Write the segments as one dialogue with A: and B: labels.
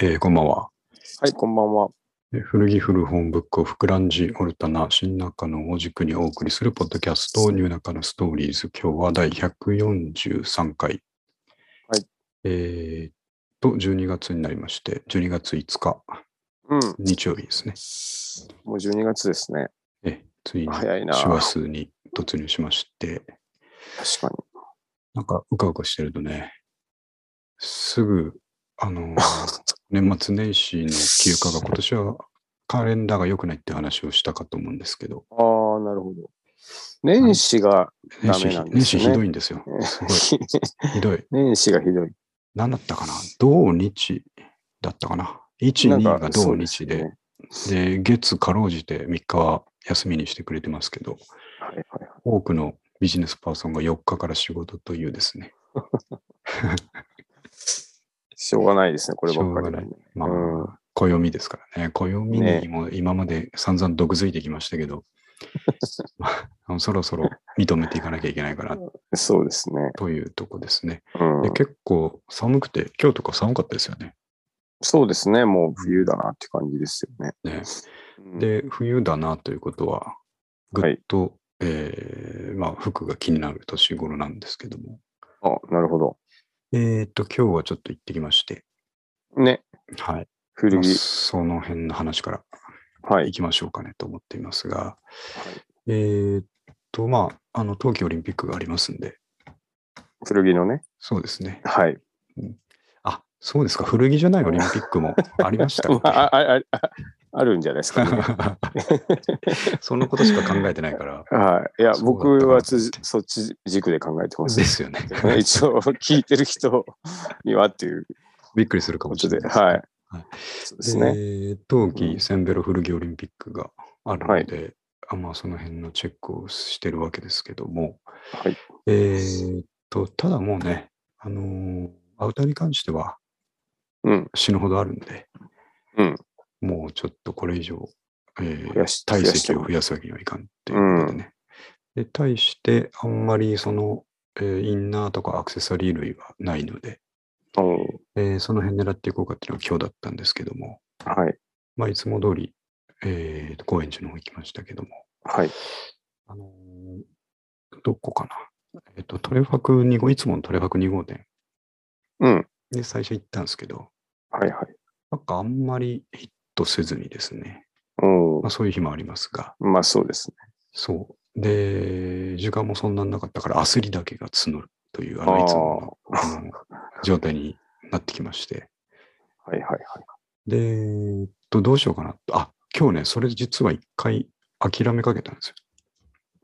A: えーこんばんは。
B: はい、こんばんは。
A: えー古着古本ブックオフクランジオルタナ新中野を軸にお送りするポッドキャスト、ニューナカのストーリーズ。今日は第143回。
B: はい。
A: えーっと、12月になりまして、12月5日、
B: うん。
A: 日曜日ですね。
B: もう12月ですね。
A: えーついに、
B: 早いな
A: 師走に突入しまして、
B: 確かに。
A: なんか、うかうかしてるとね、すぐ、あ のー年末年始の休暇が今年はカレンダーが良くないって話をしたかと思うんですけど、
B: ああ、なるほど。年始が、
A: 年
B: ダ
A: 始
B: メなんで
A: 年
B: す
A: 始
B: よね
A: ひどいんですよ。すごい。ひどい。
B: 年始がひどい。
A: 何だったかな同日だったかな ?1、
B: なんか
A: 2が同日で
B: そうすね
A: で、月かろうじて3日は休みにしてくれてますけど、
B: はいはいはい。
A: 多くのビジネスパーソンが4日から仕事というですね。
B: しょうがないですね、こればっかりはね、
A: しまあ、
B: うん
A: 暦ですからね。暦
B: ね
A: にも今まで散々毒づいてきましたけ ど、まああのそろそろ認めていかなきゃいけないかな
B: そうですね。
A: というとこですね。
B: うん
A: で、結構寒くて、今日とか寒かったですよね。
B: そうですね、もう冬だなって感じですよね。
A: ね
B: うん、
A: で、冬だなということは、ぐ
B: は
A: っ
B: い
A: と、えーまあ、服が気になる年頃なんですけども。
B: あ、なるほど。
A: えっと、今日はちょっと行ってきまして、
B: ね、
A: はい。
B: 古
A: まあ
B: 着。
A: その辺の話から
B: は
A: 行
B: い。
A: きましょうかねと思っていますが、えーっと、まあ、あの、冬季オリンピックがありますんで、
B: 古着のね。
A: そうですね。
B: はい。
A: あ、そうですか。古着じゃないオリンピッ クもありました
B: ま。
A: ね
B: あ、あ、あ、ああるんじゃないですかね。
A: そのことしか考えてないから。
B: はい。いや、
A: そうだったかな
B: 僕はつそっち軸で考えてます
A: で。すよね。
B: 一応、聞いてる人にはっていう
A: びっくりするか
B: こ
A: もし
B: と
A: れ
B: で、
A: ない。
B: はい
A: はい。
B: そうですね。
A: えー冬
B: う
A: 季
B: ん
A: センベロ古着オリンピックがあるので、あまあ、その辺のチェックをしてるわけですけども、
B: はい
A: えーっと、ただもうね、あのーアウターに関しては
B: うん。
A: 死ぬほどあるんで、
B: うん
A: もうちょっとこれ以上、えー
B: 増やし
A: 体
B: 増やして
A: 積を
B: も
A: 増やすわけにはいかんっていうことでね。で対して、あんまりその、えーインナーとかアクセサリー類はないので、
B: うん
A: えーその辺狙っていこうかっていうのは今日だったんですけども、
B: はい。
A: まあ、いつも通り、えーと、高円寺の方行きましたけども、
B: はい。
A: あのーどこかな。えっ、と、トレファク2号、いつものトレファク2号店
B: うん。
A: で最初行ったんですけど、
B: はいはい。
A: なんかあんまりヒットせずにですね、
B: うん
A: まあ、そういう日もありますが、
B: まあそうですね。
A: そう。で、時間もそんなんなかったから、焦りだけが募るという、あの、いつものあの状態になってきまして、
B: はいはいはい。
A: で、えっと、どうしようかなと。あ、今日ね、それ実は一回諦めかけたんですよ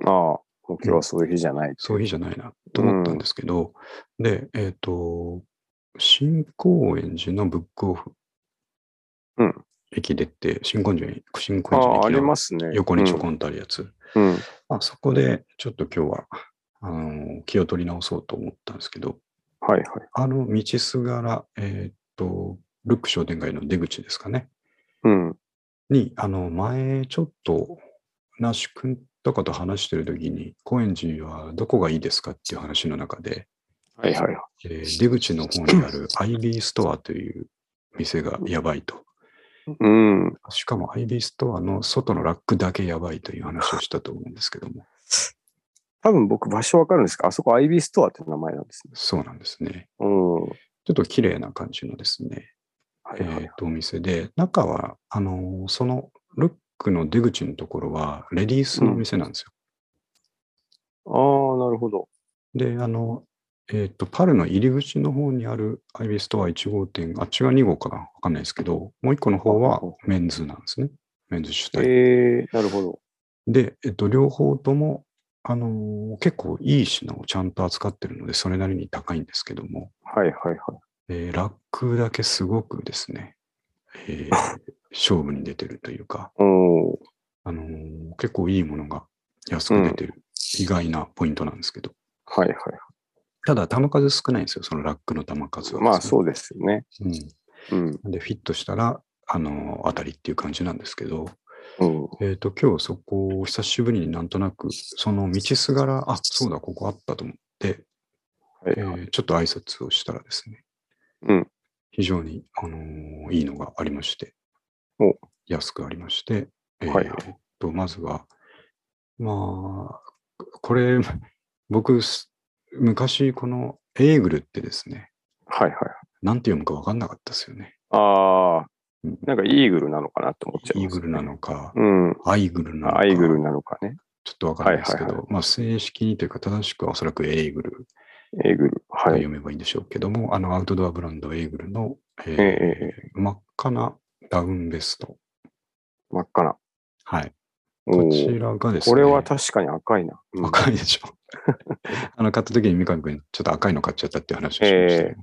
B: ああ、もう今日はそういう日じゃない。
A: そういう日じゃないなと思ったんですけど、で、えっ、と、新高円寺のブックオフ、
B: うん
A: 駅出て、新高円寺に、新
B: あ
A: 高円寺
B: あ、あ
A: 駅
B: り
A: の
B: ますね。
A: 横にちょ
B: ん。
A: こんとあるやつ。
B: うん。
A: まあ、そこで、ちょっと今日は、あの、気を取り直そうと思ったんですけど、
B: はいはい。
A: あの、道すがら、えっ、と、ルック商店街の出口ですかね、
B: うん。
A: に、あの、前、ちょっと、那須君とかと話してる時に、高円寺はどこがいいですかっていう話の中で、
B: はいはいはい。
A: えー出口の方にあ る IB ストアという店がやばいと。
B: うん。
A: しかも IB ストアの外のラックだけやばいという話をしたと思うんですけども。
B: 多分僕場所わかるんですけど、あそこ IB ストアって名前なんですね。
A: そうなんですね。
B: うん。は
A: ちょっと綺麗な感じのですね、え
B: いはい
A: ー。とお店で、中は、あのーそのルックの出口のところはレディースのお店なんですよ。
B: ああ、なるほど。
A: で、あの、えっ、と、パルの入り口の方にある IB ストア1号店、あっちが2号かなわかんないですけど、もう1個の方はメンズなんですね。メンズ主体。
B: ええ、なるほど。
A: で、えっと、両方とも、あのー結構いい品をちゃんと扱ってるので、それなりに高いんですけども、
B: はいはいはい。
A: えーラックだけすごくですね、えー 勝負に出てるというか、
B: うん。
A: あのー結構いいものが安く出てる、意外なポイントなんですけど、
B: はいはい。
A: ただ、玉数少ないんですよ、そのラックの玉数は、。
B: まあそううですよね。
A: うん。
B: うん。
A: なんで、フィットしたら、あのー当たりっていう感じなんですけど、
B: うん。
A: えっ、と、今日そこを久しぶりになんとなく、その道すがら、あ、そうだ、ここあったと思って、
B: はい
A: え
B: はい。
A: ーちょっと挨拶をしたらですね、
B: うん
A: 非常に、あのーいいのがありまして
B: お、
A: 安くありまして、えー
B: はいは
A: っと、まずは、まあ、これ、僕、す昔、このエーグルってですね、
B: はいはい。
A: なんて読むか分かんなかったですよね。
B: ああ、
A: うん
B: なんかイーグルなのかなって思っちゃい
A: イー
B: ます、
A: グルなのか、
B: うん。
A: アイグルなのか、
B: アイグルなのかね。
A: ちょっと分かんないですけど、
B: はいはい
A: まあ、正式にというか、正しくはおそらくエーグル
B: エーグル。
A: と
B: はい。
A: 読めばいいんでしょうけども、あのアウトドアブランドエーグルの、えー
B: ええ
A: 真っ赤なダウンベスト。
B: 真っ赤な。
A: はい。
B: お
A: こ
B: お
A: ちらがですね、
B: これは確かに赤いな。うん
A: 赤いでしょ。 あの、買った時に三上君、ちょっと赤いの買っちゃったって話をしましたけど、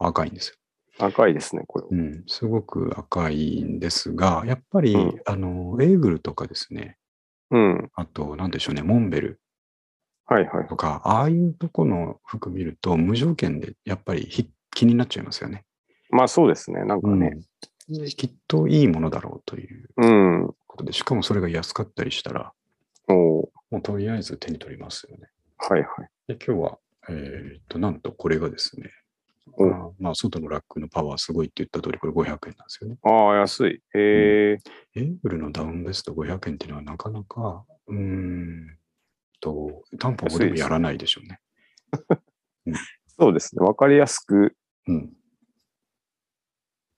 A: 赤いんですよ。
B: 赤いですね、これは。
A: うん、すごく赤いんですが、やっぱり、
B: うん
A: あの、エーグルとかですね、
B: うん。
A: あと、なんでしょうね、モンベル
B: はいはい。
A: とか、ああいうとこの服見ると、無条件でやっぱりひ気になっちゃいますよね。
B: まあそうですね。なんかね。
A: うんできっといいものだろうという
B: うん。お
A: ことで、しかもそれが安かったりしたら、
B: お
A: もうとりあえず手に取りますよね。
B: はいはい。
A: で、今日は、えーっと、なんとこれがですね、あ
B: お
A: ーまあ、外のラックのパワーすごいって言った通り、これ500円なんですよね。
B: ああ、安い。へえ。
A: エーブルのダウンベスト500円っていうのはなかなか、うーんと、担保でもやらないでしょうね。
B: そうですね。わかりやすく
A: うん。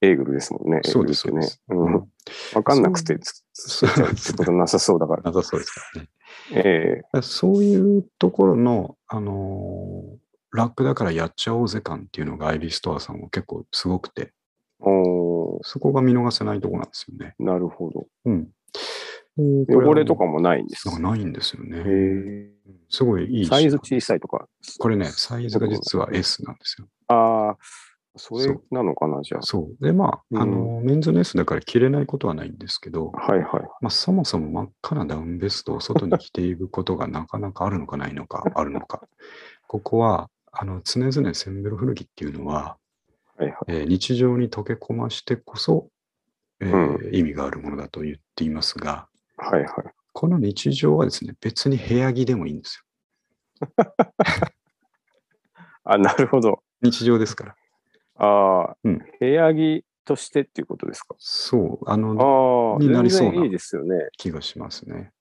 B: エーグルですもんね。
A: そうです
B: エーグルってね。
A: う
B: うんん。わかんなくてつつ
A: そう
B: っちゃうってことなさそうだから。
A: なさそうですからね。
B: ええ
A: だからそういうところの、あのーラックだからやっちゃおうぜ感っていうのがアイリーストアさんは結構すごくて、
B: おー
A: そこが見逃せないところなんですよね。
B: なるほど。
A: うん。
B: 汚れと
A: も
B: かもないんですか
A: ないんですよね。
B: へえ
A: すごいいいし
B: サイズ小さいとか。
A: これね、サイズが実は S なんですよ。
B: ああ、そ
A: そ
B: れ
A: う
B: なのかな、じゃあ。
A: そう。で、まあ、
B: うん
A: あの、メンズの S だから着れないことはないんですけど、
B: はいはい。
A: まあ、そもそも真っ赤なダウンベストを外に着ていくことがなかなかあるのかないの か、あるのか。ここは、あの、常々センベロ古着っていうのは、
B: はいはい。
A: えー日常に溶け込ましてこそ、えー意味があるものだと言っていますが、
B: はいはい。
A: この日常はですね、別に部屋着でもいいんです
B: あ、なるほど。
A: よ。日常ですから。
B: ああ、
A: うん
B: 部屋着としてっていうことですか。
A: そう、あの、
B: ああ、
A: にな
B: 全
A: りそうな
B: 然いいですよね。
A: 気がしますね。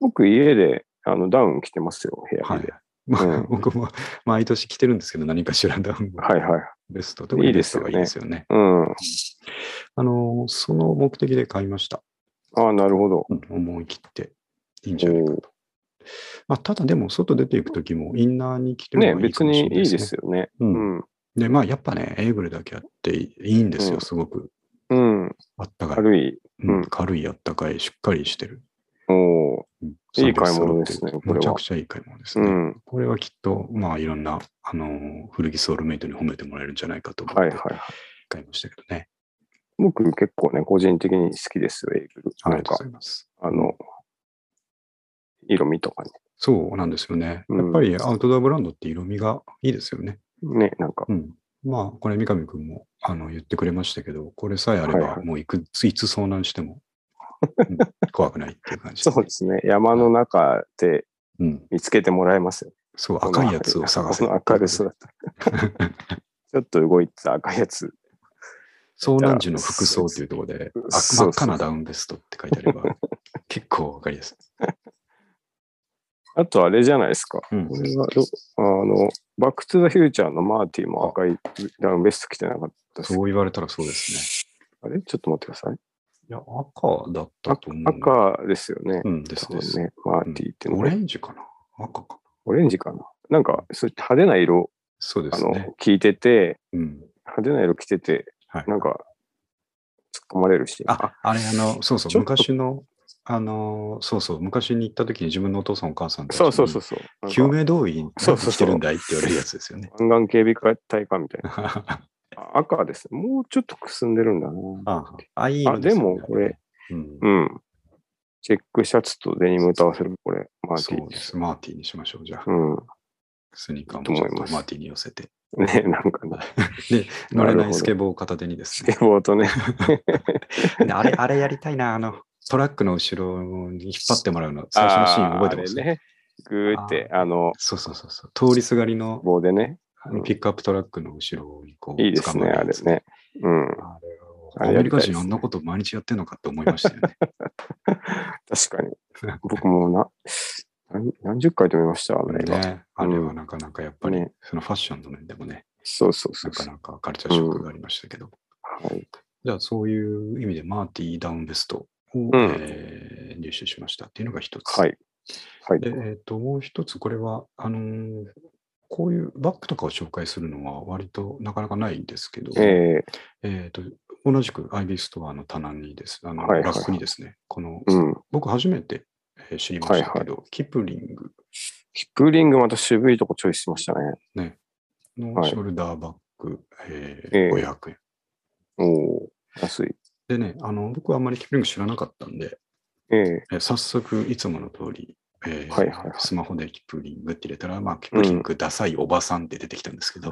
B: 僕、家であのダウン着てますよ、部
A: は
B: 屋着
A: い
B: で。。
A: まあ
B: うん
A: 僕も毎年着てるんですけど、何かしらダウンを
B: はい、はい、
A: ベスト。特に
B: いい
A: ベ
B: で
A: ス
B: す
A: ト
B: よ
A: が
B: ね
A: いいですよね。
B: うん。あ
A: あの、その目的で買いました。
B: あ、なるほど。
A: うん思い切っていいんじゃないかと。まあ、ただでも、外出ていくときも、インナーに着てる
B: ね、
A: のがいい
B: 別
A: かもし
B: に
A: れ
B: い
A: ない
B: い
A: で
B: ですす
A: ね。
B: よね。
A: う
B: うんん。
A: で、まあ、やっぱね、エーブルだけあっていいんです
B: う
A: よ、
B: ん
A: すごく。
B: うん。
A: あったかい。
B: 軽い。
A: うん
B: うん
A: 軽い、あったかい、しっかりしてる。
B: おー
A: うん
B: いい買い物ですね
A: 三
B: こ
A: 菱揃ってる
B: れは
A: めちゃくちゃいい買い物です
B: う
A: ね。
B: ん。は
A: これはきっと、まあ、いろんな、あのー古着ソウルメイトに褒めてもらえるんじゃないかと思っ
B: いはい
A: て
B: はい。
A: 買いましたけどね。
B: 僕、結構ね、個人的に好きですよ、エイブル。
A: あ
B: な
A: り
B: ん
A: がとう
B: か
A: ご、ざいます。
B: あの、色味とかね。
A: そうなんですよね。
B: うん
A: やっぱりアウトドアブランドって色味がいいですよね。
B: ね、なんか、
A: うん。まあ、これ、三上君もあの言ってくれましたけど、これさえあれば、
B: はいはい
A: もういくついつ遭難しても、うん怖くないっていう感じ。
B: そうですね、山の中で
A: うん。
B: 見つけてもらえますよ。
A: そう、
B: この
A: 赤いやつを探せ。
B: この明るさだった。 ちょっと動いてた赤いやつ。
A: 遭難時の服装っていうところで、あ
B: そ
A: 真っ
B: う
A: 赤
B: そう
A: なダウンベストって書いてあ れば、結構わかりやすい。
B: あとあれじゃないですか。
A: うん
B: これはど、あの、バックトゥザフューチャーのマーティも赤いダウンベスト着てなかったです
A: そう言われたらそうですね。
B: あれちょっと待ってください。
A: いや、赤だったと思う。。
B: 赤ですよね。
A: うん、です
B: 多
A: で
B: 分
A: す。
B: ね、マーティって
A: うん
B: の
A: オ
B: は
A: レンジかな赤か。
B: オレンジかな。なんか、そういう派手な色、
A: そうで
B: あ
A: す
B: の
A: ね。、
B: 聞いてて、
A: うん。
B: 派手な色着てて、
A: はい
B: なんか、突っ込まれるし。
A: あ、あれ、あの、そうそ
B: ち
A: う、
B: ょっと
A: 昔の、あの、そうそう、昔に行った時に自分のお父さんお母さんたち
B: そうそうそう
A: う。
B: そう。なんか
A: 救命胴衣に
B: そうそうそう
A: してるんだいって言われるやつですよね。
B: 湾岸警備隊かみたいな。
A: あ
B: あ赤です。もうちょっとくすんでるんだな。
A: あ、あいい
B: あ、
A: 色
B: です
A: よね
B: もこれ、、
A: うん
B: う、ん。チェックシャツとデニムと合わせる、これ、マーティ
A: そうです。マーティーにしましょう、じゃあ。
B: う
A: スニーカーもちょっとマーティーに寄せて。
B: ん。ね、なんかね、
A: で、乗れ
B: なる
A: な
B: ほ
A: い
B: ど
A: スケボーを片手にで
B: ス
A: す
B: ケ
A: ね。
B: ボー とね、
A: であれ、あれやりたいな、あの、トラックの後ろに引っ張ってもらうの、最初のシーン覚えてます
B: あーあれね。ぐーって、あの、
A: そうそうそうそう。通りすがりの、
B: 棒でね、うん
A: ピックアップトラックの後ろにこう、
B: いいです
A: 捕
B: ね、
A: ま
B: あ
A: るや
B: れ
A: つ
B: ね。うん。
A: あれ
B: あ
A: はア
B: れや
A: メリ
B: りた
A: カ
B: いですね
A: 人あんなこと毎日やってんのかって思いま したよね。
B: 確かに。 僕もな、何何十回と見ました、あの映画。
A: ね、あれはなかなかやっぱり、
B: ね
A: そのファッションの面でもね、
B: そうそうそ
A: な
B: うそ
A: か
B: う。
A: なかカルチャーショックがありましたけど、
B: はい。
A: じゃあそういう意味でマーティー・ダウンベストを、
B: ん
A: えー入手しましたっていうのが一つ。
B: はい。はい
A: で、えーと、もう一つ、これは、あのーこういうバッグとかを紹介するのは割となかなかないんですけど、
B: え
A: えーと同じく IB ストアの棚にです、あの
B: はいはい
A: ラックにですね、この、
B: ー、うん。
A: 僕初めてえー知りましたけど、キプリング
B: キプリングまた渋いとこチョイスしましたね。
A: の
B: はい
A: ショルダーバッグ、え
B: ええ
A: ー500円。
B: おお安い。
A: でね、あの僕はあんまりキプリング知らなかったんで、
B: ええ
A: えー早速いつもの通り、えー
B: はいはいはい
A: スマホでキプリングって入れたら、まあ、キプリングダサいおばさんって出てきたんです けど、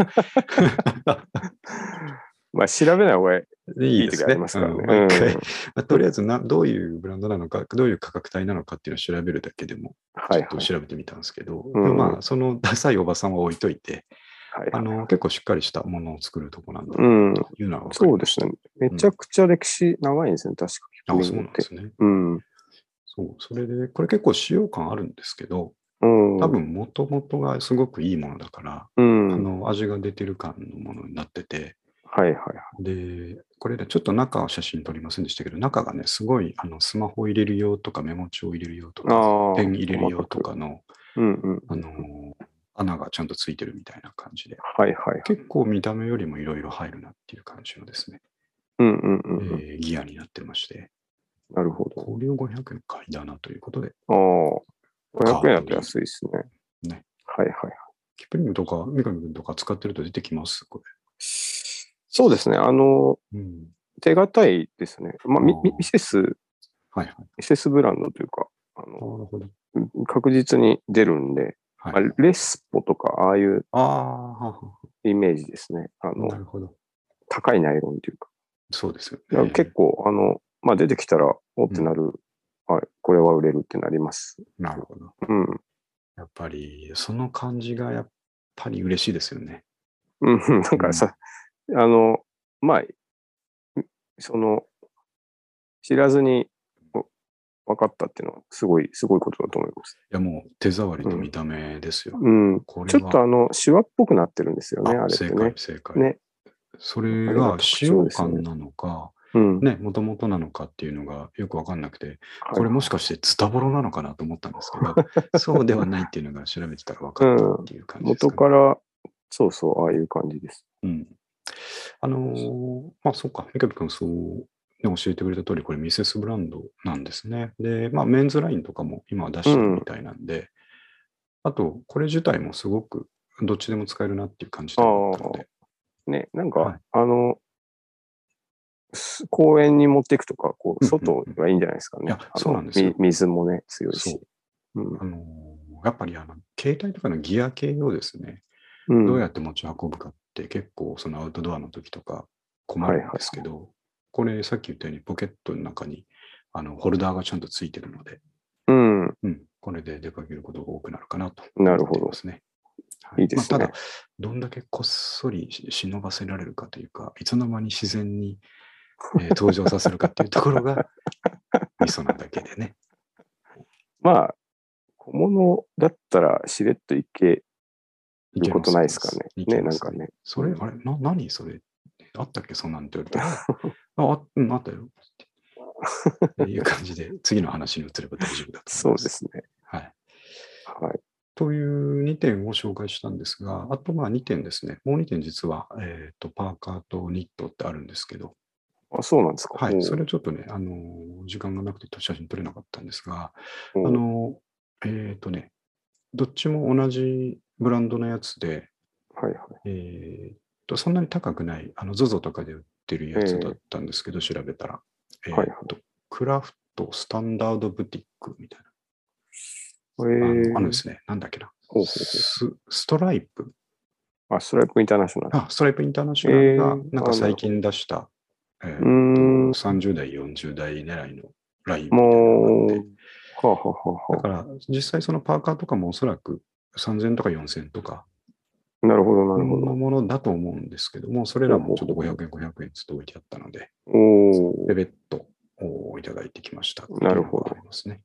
B: まあ、調べない方がい
A: い
B: い
A: いで
B: 時
A: す
B: あ
A: ね。
B: りますからね。
A: うん
B: う
A: 毎
B: ん
A: 回まあとりあえずな、どういうブランドなのか、どういう価格帯なのかっていうのを調べるだけでも、
B: は
A: ちょ
B: い
A: っ
B: は
A: と
B: い。
A: 調べてみたんですけど、
B: うんうん
A: まあ、そのダサいおばさんは置いといて、
B: はい
A: あの結構しっかりしたものを作るとこなんだ
B: う
A: と
B: ん。
A: いうのは分かり
B: そう
A: ま
B: で
A: し
B: す
A: た。
B: ね。めちゃくちゃ歴史長いんですね、確かキ
A: あ
B: プリ
A: そう
B: ング
A: な
B: っ
A: んで
B: て。
A: すね。
B: うん。
A: そう、それで、これ結構使用感あるんですけど、
B: うん。
A: 多分もともとがすごくいいものだから、
B: うん。
A: あ
B: はい
A: の味が出てる感のものになってて、
B: はいはい。
A: で、これね、ちょっと中は写真撮りませんでしたけど、中がね、すごいあのスマホ入れる用とかメモ帳入れる用とか、
B: ああ。
A: ペン入れる用と。かの、
B: うんうん。
A: あのー穴がちゃんとついてるみたいな感じで、
B: はいはい。
A: 結構見た目よりもいろいろ入るなっていう感じのですね、
B: うんうんうんうん。
A: えーギアになってまして、
B: なるほど。
A: これを500円買いだなということで、
B: ああ。500円だ
A: カード
B: と
A: で
B: 安いですね。
A: ね。
B: はいはい。
A: キプリングとか三上君とか使ってると出てきます、こ
B: そうですね。あの、
A: れ。うん。
B: 手堅いですね。まあ、みみ
A: あー
B: ミセス、
A: はいはい。
B: ミセスブランドというか、あ
A: な
B: の
A: るほど。
B: 確実に出るんで、まあ
A: はい。
B: レスポとか、ああいう
A: ああ
B: イメージですね。あ
A: ー、な
B: の、
A: るほど。
B: 高いナイロンというか。
A: そうですよ
B: だから
A: ね。
B: 結構、あの、まあ、出てきたら、おってなる、はい、これは売れるってなります。
A: なるほど。
B: うん。
A: やっぱり、その感じがやっぱり嬉しいですよね。
B: うん、 なんかさ、あの、まあ、その、知らずにお分かったっていうのは、すごい、すごいことだと思います。
A: いや、もう手触りと見た目ですよ。
B: うん。
A: これ
B: ち
A: は
B: ょっとあの、シワっぽくなってるんですよね、あ
A: あ
B: れって
A: 正
B: ね
A: 解、。正解。
B: ね。
A: それ
B: あれが
A: が
B: 特
A: 使
B: 徴
A: 用
B: ですよね
A: 感なのか、
B: うん。
A: ね、もともとなのかっていうのがよくわかんなくて、
B: はい
A: これもしかしてズタボロなのかなと思ったんですけ ど、そうではないっていうのが調べてたらわかったっていう感じです
B: 元
A: か、ね。
B: から、そうそう、ああいう感じです。
A: うん。あのーまあそうか、三上君そう、ね、教えてくれた通り、これミセスブランドなんですね。で、まあメンズラインとかも今は出してるみたいなんで、あと、これ自体もすごくどっちでも使えるなっていう感じだったので、
B: ね、なんか、
A: はい
B: あの、す公園に持っていくとか、こ
A: うんう
B: う、
A: んう
B: 外
A: ん
B: がいいんじゃないですかね。
A: いや
B: あの
A: そうなんですよ
B: み水もね、強い
A: そう
B: し。。うん
A: あのーやっぱりあの携帯とかのギア系をですね、
B: うん
A: どうやって持ち運ぶかって結構そのアウトドアの時とか困るんですけど、これさっき言ったようにポケットの中にあのホルダーがちゃんとついてるので、
B: うん。
A: うん、これで出かけることが多くなるかなと
B: なる
A: 思っ
B: ほど
A: ていますね。はい
B: いですね
A: まあただ、どんだけこっそりし忍ばせられるかというか、いつの間に自然に、えー登場させるかっていうところ が、ミソなだけでね。
B: まあ、小物だったらしれっといけることないですからね。
A: け
B: ね、
A: ま
B: なん
A: す
B: かね。
A: それ、あれ、な、何それ、あったっけ、そんなんって 言われたら、あ、あうん、あったよ。っていう感じで、次の話に移れば大丈夫だと
B: そう
A: 思いま。
B: ですすね。
A: はい。
B: はい。
A: という2点を紹介したんですが、あとまあ2点ですね。もう2点実は、えっ、と、パーカーとニットってあるんですけど、
B: あ、そうなんですか。
A: は
B: お
A: い。
B: う
A: それはちょっとね、あのー時間がなくて写真撮れなかったんですが、
B: おう
A: あのーえっ、とね、どっちも同じブランドのやつで、
B: はいはい。
A: えーっと、そんなに高くない、あの、ZOZO とかで売ってるやつだったんですけど、調べたら。えーっ
B: はい
A: と、クラフトスタンダードブティックみたいな。
B: え
A: あの
B: ー、
A: あるんですね。なんだっけな。
B: ほうほうほう
A: スストライプ。
B: あ、ストライプインターナショナル。
A: あ、ストライプインターナショナルが
B: え、ー
A: なんか最近出した、えーっ
B: うーん。
A: と、30代、40代狙いのラインみたいなの
B: もう
A: があって。、
B: はあ、はあはあ
A: だ
B: はあ
A: から、実際そのパーカーとかもおそらく3000とか4000とか、
B: なるほど、な
A: こ
B: るほ
A: んな
B: ど。
A: ものだと思うんですけども、それらもちょっと
B: ほうほう
A: 500円、500円ちょっと置いてあったので、
B: おお
A: ベベッとおいただいてきました。
B: なるほど
A: っていうのがありますね。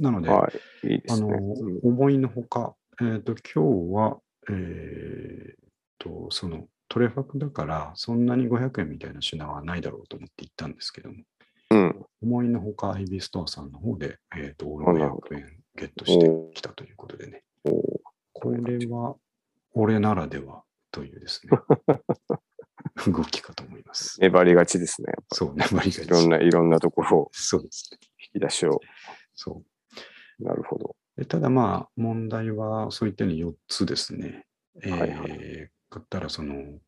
A: なので、
B: はい。いいで
A: あ
B: す
A: の
B: ね。うん、
A: 思いのほか、えっ、と、今日は、えっと、その、トレファクだから、そんなに500円みたいな品はないだろうと思って行ったんですけども、
B: うん。
A: 思いのほか、イビストアさんの方で、えっ、と、
B: あなるほ
A: 500円ゲットしてきたということでね。これは、俺ならではというですね、動きかと思います。
B: 粘りがちですね。
A: そう、粘りが
B: いろん
A: ち。
B: な、いろんなところを
A: そうですね。
B: 引き出しを。
A: そう。
B: なるほど。
A: でただまあ、問題は、そういったように4つですね。えー
B: はいはい
A: だったら、その、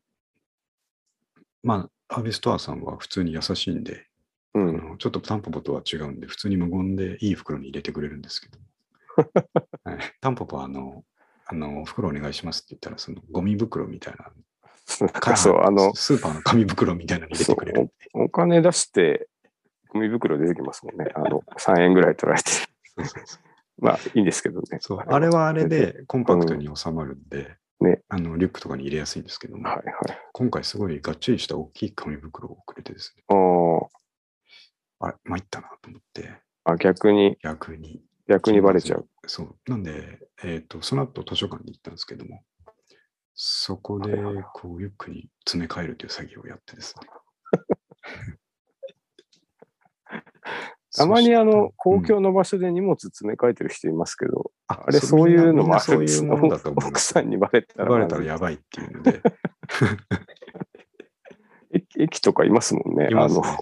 A: まあ、アービストアさんは普通に優しいんで、あ
B: うん。
A: のちょっとタンポポとは違うんで、普通に無言でいい袋に入れてくれるんです けど、はい、タンポポはあの、あの、袋お願いしますって言ったら、そのゴミ袋みたいな、
B: なんかそう、あの、
A: スーパーの紙袋みたいなのに入れてくれるんで。
B: おお金出して、ゴミ袋出てきますもんね。あの、3円ぐらい取られて。
A: そうそうそう
B: まあ、いいんですけどね。
A: そうあれはあれでコンパクトに収まるんで、
B: うんね
A: あのリュックとかに入れやすいんですけども、
B: はいはい。
A: 今回すごいがっちりした大きい紙袋をくれてですね、
B: あー
A: あれ、参ったなと思って、
B: あ、逆に、
A: 逆に。
B: 逆にバレちゃう。。
A: そう。なんで、えっ、と、その後図書館に行ったんですけども、そこで
B: はいはいはい、
A: こう、リュックに詰め替えるという作業をやってですね。
B: たまにあの、
A: う
B: 公
A: ん
B: 共の場所で荷物詰め替えてる人いますけど、
A: あ
B: あれそういうのもある
A: みんなみんなそういうものだと思いま
B: 奥
A: す。
B: さんにバレたら、
A: バレたらやばいっていうの で、
B: 駅駅とかいますもんね。
A: い
B: あ
A: ます
B: の
A: ね、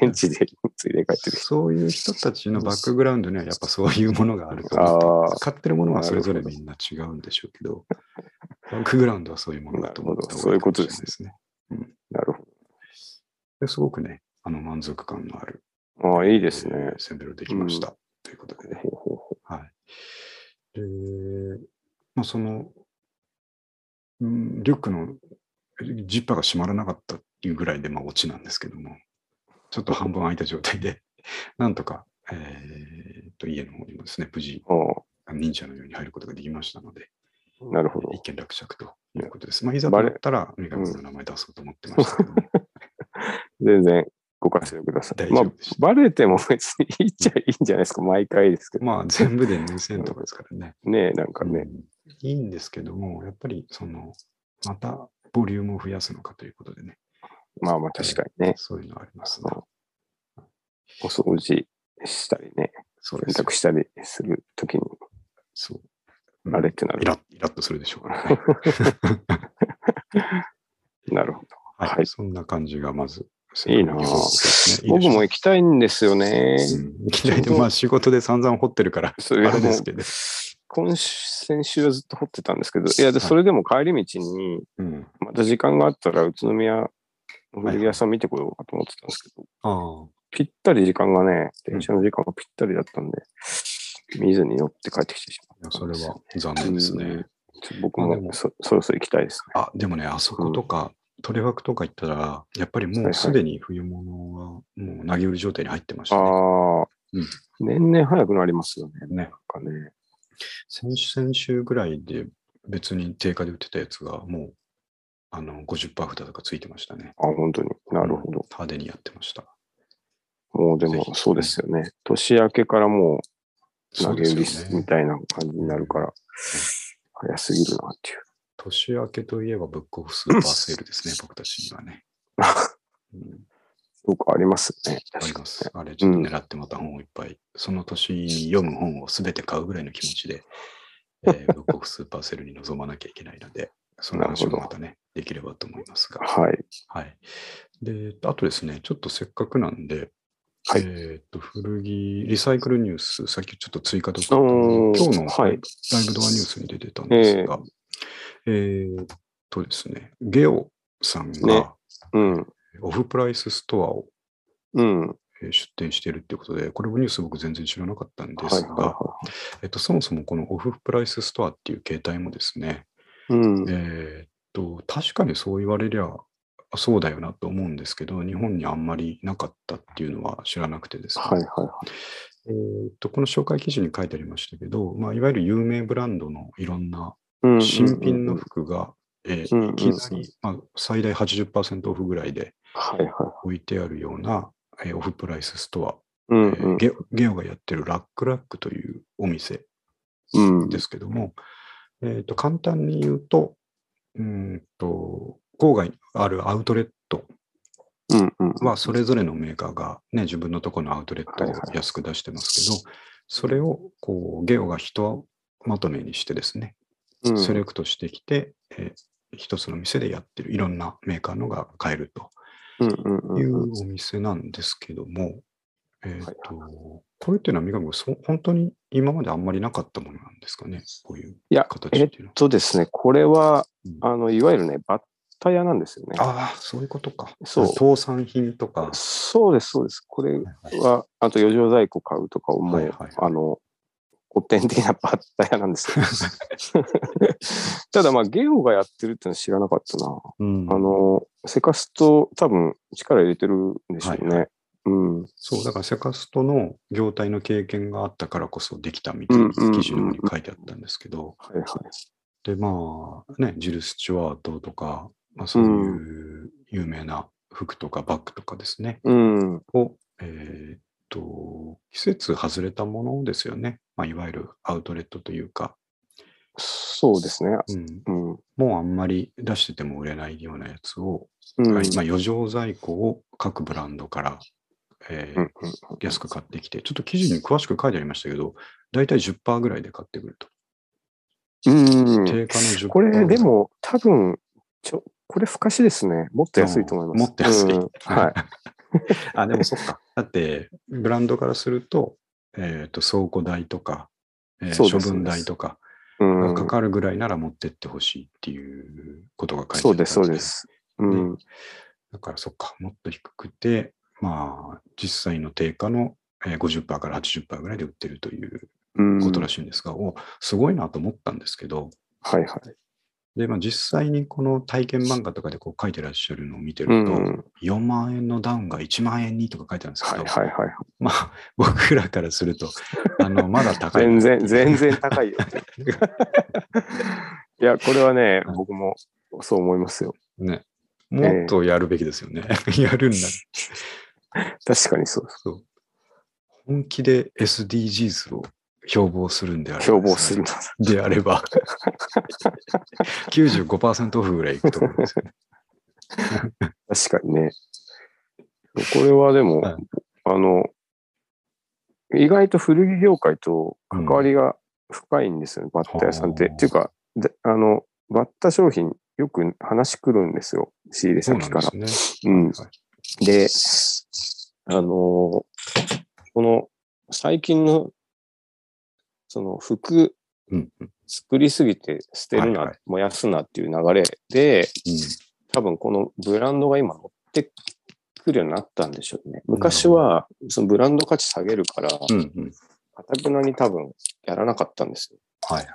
B: ベンチで荷物入れ替えて る人。
A: そういう人たちのバックグラウンドにはやっぱそういうものがあると思って
B: あ
A: ます、買ってるものはそれぞれみんな違うんでしょうけど、バックグラウンドはそういうものだと思った方がかもしれないですね。
B: なるほ
A: ですごくね、あの満足感のある、
B: ど。ああ、いいですね。
A: えーセンベロできました、ということでね。
B: ほうほうほ
A: はい。で、まあ、その、うんリュックのジッパーが閉まらなかったっていうぐらいで、まあ、オチなんですけども、ちょっと半分開いた状態で、 なんとか、えーと、家の方にもですね、無事、
B: う
A: 忍者のように入ることができましたので、
B: ああなるほど。
A: 一件落着ということです。まあ、いざと
B: バレ
A: なったら、女神の名前出そうと思ってましたけども、
B: 全然ご活用くださ
A: 大
B: い。
A: 丈
B: まあ
A: 夫 でし、た
B: バレても別にいいっちゃいいんじゃないですか。毎回ですけど。
A: まあ、全部で2000とかですからね。
B: ねえ、なんかね。
A: うんいいんですけども、やっぱりその、またボリュームを増やすのかということでね、
B: まあまあ、確かにね。
A: そういうのはありますね。
B: そうお掃除したりね、
A: そうです
B: 洗
A: よ
B: 濯。したりするときに、
A: そう
B: あれってな
A: イ
B: る。
A: ラッイラッとするでしょう からね。
B: なるほど。
A: はい、
B: はい
A: そんな感じがまず。
B: いいなぁ僕も行きたいんですよね。
A: いいですね。うん行きたいで、まあ仕事で散々掘ってるから、
B: そ
A: あ
B: れ
A: れですけ
B: も
A: ど。
B: う今週、先週はずっと掘ってたんですけど、いや、でそれでも帰り道に、
A: うん、
B: また時間があったら宇都宮の古着屋さん見てこようかと思ってたんですけど、
A: ああ、
B: ぴったり時間がね、電車の時間がぴったりだったんで、見ずに乗って帰ってきてしまっ
A: いや
B: た。
A: それは。残念ですね。
B: うんちょ僕
A: まあでも
B: もそそろそろ行きたいですね。
A: あ、でもね、あそことか、トレワークとか行ったら、やっぱり
B: はい
A: も
B: は
A: う
B: い
A: すでに冬物はもう投げ売り状態に入ってましたね。
B: ああ、
A: うん
B: 年々早くなりますよね。
A: ね
B: なんかね。
A: 先週先週ぐらいで別に定価で売ってたやつがもうあの50%札とかついてましたね。
B: あ、本当に。なるほど。
A: 派手にやってました。
B: もうで
A: ぜ
B: も
A: ひ
B: そうですよね。年明けからもう投げ売り
A: そうですよ
B: み
A: ね。
B: たいな感じになるから、早すぎるなっていう。
A: 年明けといえばブックオフスーパーセールですね、僕たちには ね。うん、
B: よくありますよね。
A: あり
B: 確かに
A: ます。あれ、ちょっと狙ってまた本をいっぱい、その年に読む本を全て買うぐらいの気持ちで、え ーブックオフスーパーセールに臨まなきゃいけないので、その話
B: なる
A: もま
B: ほど
A: たね、できればと思いますが。
B: はい。
A: はい。で、あとですね、ちょっとせっかくなんで、
B: はい
A: えーっと、古着、リサイクルニュース、さっきちょっと追加とか、
B: お
A: 今
B: ー
A: 日の
B: は
A: ライ
B: い
A: ブドアニュースに出てたんですが、えーっとですね、ゲオさん
B: ね
A: が
B: うん。
A: オフプライスストアを
B: うん。は
A: えー出店しているっていうことで、これもニュース僕全然知らなかったん
B: い
A: で
B: は
A: す
B: い
A: が、
B: は
A: えっと、そもそもこのオフプライスストアっていう形態もですね、
B: い。うん。
A: えーっと、確かにそう言われりゃ、あそうだよなと思うんですけど、日本にあんまりなかったっていうのは知らなくてですね。
B: はいはいはい。
A: えーっと、この紹介記事に書いてありましたけど、まあ、いわゆる有名ブランドのいろんな
B: うん
A: 新品の服がえ
B: うんうん
A: ー、いきなり、まあ、最大80%オフぐらいで
B: はいは
A: 置いてあるような、えーオフプライスストア、
B: い。うん
A: えー
B: うん。
A: ゲオゲオがやってるラックラックというお店
B: うん
A: ですけども、えー、と簡単に言うとうーんと、郊外にあるアウトレット
B: うんうん。
A: はそれぞれのメーカーが、ね、自分のところのアウトレット
B: はいは
A: を安く出してますけど、それをこうゲオがひとまとめにしてですね、
B: うん
A: セレクトしてきて、えー一つの店でやってるいろんなメーカーのが買えると
B: うんうんうん
A: い
B: うん。
A: うお店なんですけども、えっ、
B: はい
A: と、これっていうのは三上君そう、本当に今まであんまりなかったものなんですかね、こういう
B: いや、
A: 形
B: え
A: っ
B: って
A: いうのは。
B: とですね、これは、
A: うん
B: あの、いわゆるね、バッタ屋なんですよね。
A: ああ、そういうことか。
B: そう
A: 倒産品とか。
B: そうです、そうです。これ
A: はいはい
B: は、あと余剰在庫買うとかをもう、
A: はいはい
B: あの、古典的なバッタ屋なんですよ。 ただ、まあ、ゲオがやってるってのは知らなかったな。
A: うん
B: あの、セカスト多分力入れてるんでしょうね。
A: は
B: うん。うん
A: そう、だからセカストの業態の経験があったからこそできたみたいな記事の方に書いてあったんですけど、
B: はいはい。
A: で、まあ、ね、ジル・スチュワートとか、まあ、そういうう有名な服とかバッグとかですね、
B: うん。
A: を、えーっと、季節外れたものですよね。まあ、いわゆるアウトレットというか、
B: そうですね。
A: うん、
B: うん。
A: もうあんまり出してても売れないようなやつを、
B: うん。
A: まあ、余剰在庫を各ブランドから、えー
B: うん
A: 安く買ってきて、ちょっと記事に詳しく書いてありましたけど、大体10%ぐらいで買ってくると。
B: うん。
A: 定価の10%
B: これ、でも、多分、ちょ、これ、不可視ですね。もっと安いと思います。
A: もっと安い
B: うんはい。
A: あ、でもそっか。 だって、ブランドからすると、えっ、と、倉庫代とか、えー
B: そうで
A: 処
B: す
A: 分代とか
B: うん
A: がかかるぐらいなら持ってってほしいっていうことが書いてあった
B: そ
A: ん
B: うです、そうで。す。うん。
A: だからそっか、もっと低くて、まあ、実際の定価のえー50%から80%ぐらいで売ってるという
B: うん
A: ことらしいんですが、おすごいなと思ったんですけど、
B: はいはい。
A: で、まあ、実際にこの体験漫画とかでこう書いてらっしゃるのを見て
B: う
A: る
B: ん。
A: と、
B: はい
A: 4万円のダウンが1万円にとか書いてあるんですけ
B: はい
A: ど、
B: はいはい。
A: まあ、僕らからすると、あの、まだ高い。
B: 全然、全然高 いよ。いや、これはね、僕もそう思いますよ。
A: ね。もっとやるべきですよね。 やるんだ。
B: 確かにそうです。
A: そう。本気で SDGs を標榜するんであれば、
B: 標榜する。
A: であれば、95%オフぐらいいくと思うんですよね。
B: 確かにね。これはでも、
A: はい
B: あの、意外と古着業界と関わりが深いんですよね、バッタ屋さんって。
A: ほう
B: っていうか、であの、バッタ商品、よく話来るんですよ、仕入れ
A: そうな
B: 先から。
A: んです
B: う
A: ね。
B: ん。
A: はい
B: で、あのーこの最近の、その服
A: うん
B: 作りすぎて捨てるな、
A: はいはい
B: 燃やすなっていう流れで、
A: う
B: 多分このブランドが今乗ってくるようになったんでしょうね。昔は、そのブランド価値下げるから、か
A: ん。うんうん。
B: たくなに多分やらなかったんですよ。
A: はいは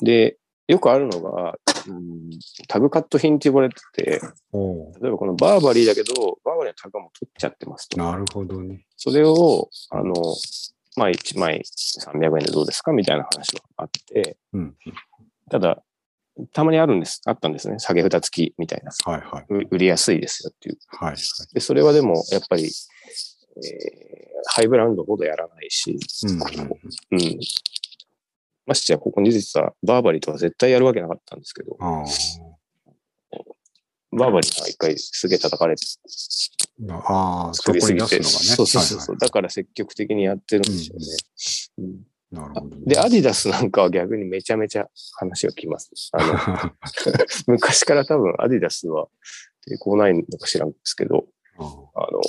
A: い。
B: で、よくあるのが、うんタグカット品って呼ばれてて、
A: おー
B: 例えばこのバーバリーだけど、バーバリーのタグはもう取っちゃってますと。
A: なるほどね。
B: それを、あの、まあ、1枚300円でどうですかみたいな話があって、
A: うん。
B: ただ、たまにあるんです、あったんですね。下げ札付きみたいな。
A: はいはい。
B: う売りやすいですよっていう。
A: はいはい。
B: で、それはでも、やっぱり、えーハイブランドほどやらないし、
A: うんうん
B: こううん。ましてや、ここに実は、バーバリーとは絶対やるわけなかったんですけど、
A: ああ。
B: バーバリーが一回すげえ叩かれて、
A: ああ、そ
B: 作
A: こ
B: り
A: に
B: す
A: 出すのが
B: ぎて、
A: ね。
B: そうそうそうそう。
A: は
B: だから積極的にやってるんですよね。うん
A: いはいなるほどね。
B: で、アディダスなんかは逆にめちゃめちゃ話が来ます。あ の昔から多分アディダスは抵抗ないのか知らんですけど、
A: あ
B: あの、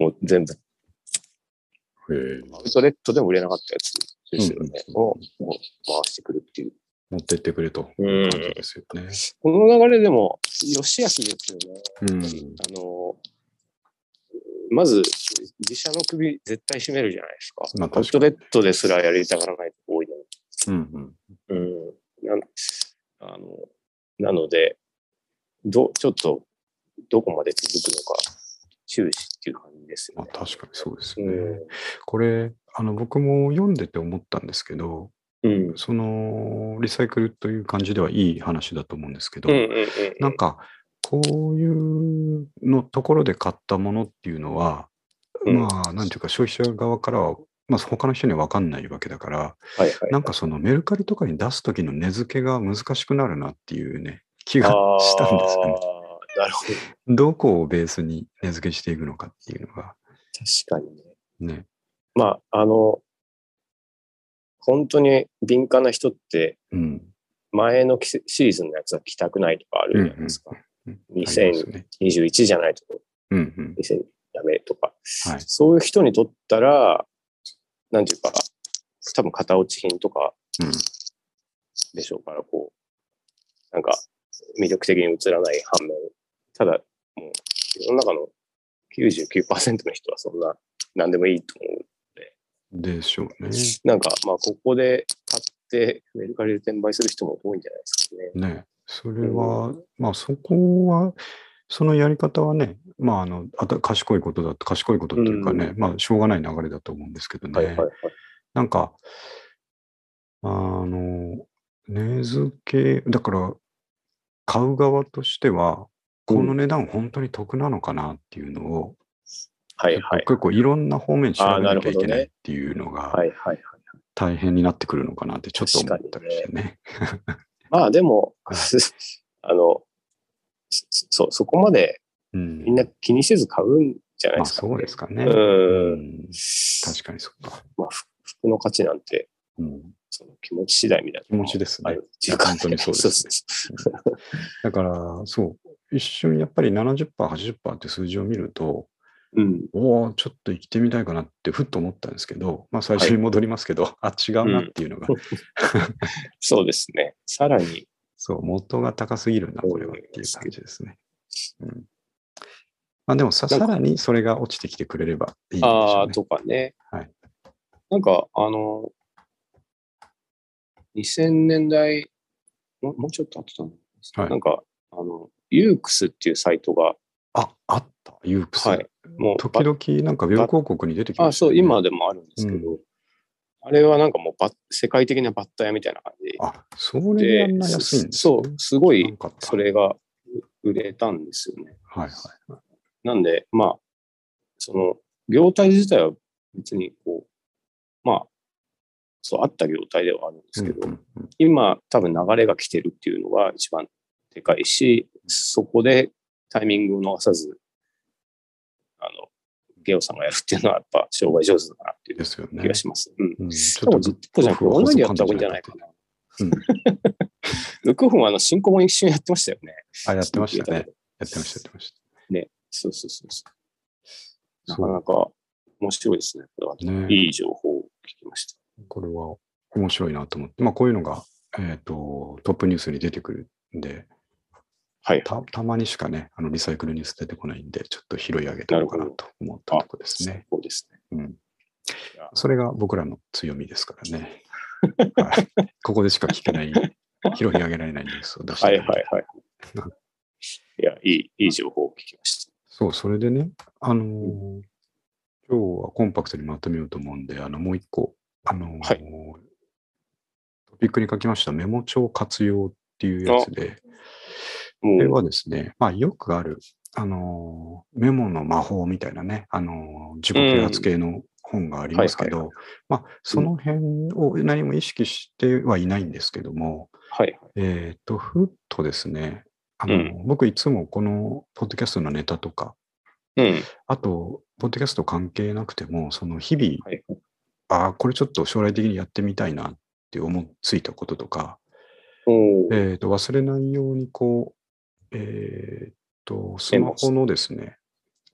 B: もう全部、
A: あへえ
B: アウトレットでも売れなかったやつですよね。
A: うん
B: をもう回してくるっていう。
A: 持ってってくれという感じですよね。
B: この流れでも、吉安ですよね。
A: うん。
B: あの、まず、自社の首絶対絞めるじゃないですか。
A: まあ
B: アウ
A: 確か
B: ト
A: に。
B: レットですらやりたがらないと多いのに
A: うん
B: うんなんあのなのでど、ちょっとどこまで続くのか注視っていう感じです
A: ま
B: よ
A: あ
B: ね。
A: 確かにそうです
B: う
A: よね。これ、あの、僕も読んでて思ったんですけど、
B: うん。
A: そのリサイクルという感じではいい話だと思うんですけど、
B: うんうんうん
A: なんかこういうのところで買ったものっていうのは、
B: うん
A: まあなんていうか消費者側からは、まあ、他の人には分かんないわけだから、
B: はいはい。
A: なんかそのメルカリとかに出す時の値付けが難しくなるなっていうね気がしたんですよね。
B: あーなるほど。
A: どこをベースに値付けしていくのかっていうのが
B: 確かにね。
A: ね。
B: まあ、あの、本当に敏感な人って、
A: うん。
B: 前の季節シーズンのやつは着たくないとかあるじゃないですか。
A: うんありますよ
B: 2021
A: ね。
B: じゃないと
A: うんうん。
B: 2000やめとか、
A: はい
B: そういう人にとったら、なんていうか、多分型落ち品とか
A: うん
B: でしょうから、こう、なんか魅力的に映らない反面、ただ、もう、世の中の99%の人はそんな、何でもいいと思う。
A: でしょうね。
B: なんか、まあ、ここで買って、メルカリで転売する人も多いんじゃないですかね。
A: ね。それは、まあそこは、そのやり方はね、まああの、あた賢いことだと、賢いことというかね、まあしょうがない流れだと思うんですけどね。
B: はいはいはい。
A: なんか、あの、根付け、だから、買う側としては、この値段本当に得なのかなっていうのを、
B: はいはい。
A: 結構いろんな方面調
B: あー
A: べな
B: なる
A: きゃ
B: ほ
A: い
B: どね
A: けないっていうのが
B: はいはいはい。
A: 大変になってくるのかなってちょっと思ったりしてね。
B: まあ、でも
A: はい、
B: あの、そそそこまで
A: うん
B: みんな気にせず買うんじゃない
A: まあ
B: ですか、
A: そうですかね。
B: うん
A: うん確かにそうか。
B: まあ、ふ服の価値なんて、
A: うん、
B: その気持ち次第みたいな。
A: 気持ちですね
B: あるっていうか、
A: 本当にそうですね
B: そうそう
A: だから、そう、一瞬やっぱり70%、80%って数字を見ると、
B: そううん。
A: おお、ちょっと生きてみたいかなってふっと思ったんですけど、まあ最初に戻りますけど、あ、違うなっていうのが、
B: そうですね。さらに、
A: そう、元が高すぎるな、これはっていう感じですね。うんまあでもさ、
B: なん
A: さ
B: から
A: にそれが落ちてきてくれればいいんでし
B: あ
A: ょう
B: あ
A: ね。
B: とかね。
A: はい
B: なんか、あの、2000年代、ももうちょっと後だな。
A: はい
B: なんか、あの、ユークスっていうサイトが、
A: あ、あった、ユークス。
B: はいもう、
A: 時々なんかウェブ広告に出てきま
B: あ、
A: したよ
B: そう、
A: ね、
B: 今でもあるんですけど、あれはなんかもうば、世界的なバッタ屋みたいな感じ
A: あ、それであ
B: で
A: んな安いんです、ね、
B: そう、すご
A: ないん、かあった
B: そ。れが売れたんですよね。
A: はいはい。
B: なんで、まあ、その、業態自体は別に、こう、まあ、そう、あった業態ではあるんですけど、
A: うんうん
B: 今、多分流れが来てるっていうのが一番でかいし、そこでタイミングを逃さず、あの、ゲオさんがやるっていうのは、やっぱ、商売上手だなって
A: うん
B: いう
A: ですよ
B: 気
A: ね
B: が。します。うん。
A: うんち
B: でも、ずっとじゃなくて、オンラインでやった方がいいんじゃないかな。ルクフンは、あの、新行も一瞬やってましたよね。
A: あ、やってました ね。
B: ね。
A: やってました、やってまし
B: そうそうそうそ
A: た。
B: う。なかなか面白いですね。これは
A: そうね。
B: いい情報を聞きました。
A: これは面白いなと思って、まあこういうのが、えっ、と、トップニュースに出てくるんで、
B: はい。
A: たたまにしかね、あのリサイクルニュース出てこないんで、ちょっと拾い上げておこうかな
B: なるほ
A: と思ったとこですね。
B: そうですね。
A: うん
B: いや、
A: それが僕らの強みですからね。はい、 ここでしか聞けない、拾い上げられないニュースを出して
B: は
A: く
B: い
A: れ
B: は
A: る
B: いはい。いや、いい、いい情報を聞きました。
A: そう、それでね、あのー今日はコンパクトにまとめようと思うんで、あの、もう一個、あのー
B: は
A: トピックに書きましたメモ帳活用っていうやつで、これ
B: もう、
A: はですね、まあ、よくある、あのーメモの魔法みたいなね、あのー自己啓発系の本がありますけ
B: は
A: ど、まあ、その辺を何も意識してはいないんですけども、
B: はいはい。
A: えっ、と、ふっとですね、あの、
B: うん
A: 僕いつもこのポッドキャストのネタとか、
B: うん。
A: あと、ポッドキャスト関係なくても、その日々、
B: はい。
A: ああ、これちょっと将来的にやってみたいなって思いついたこととか、
B: おー
A: えっ、と、忘れないようにこう、えっ、と、スマホのですね、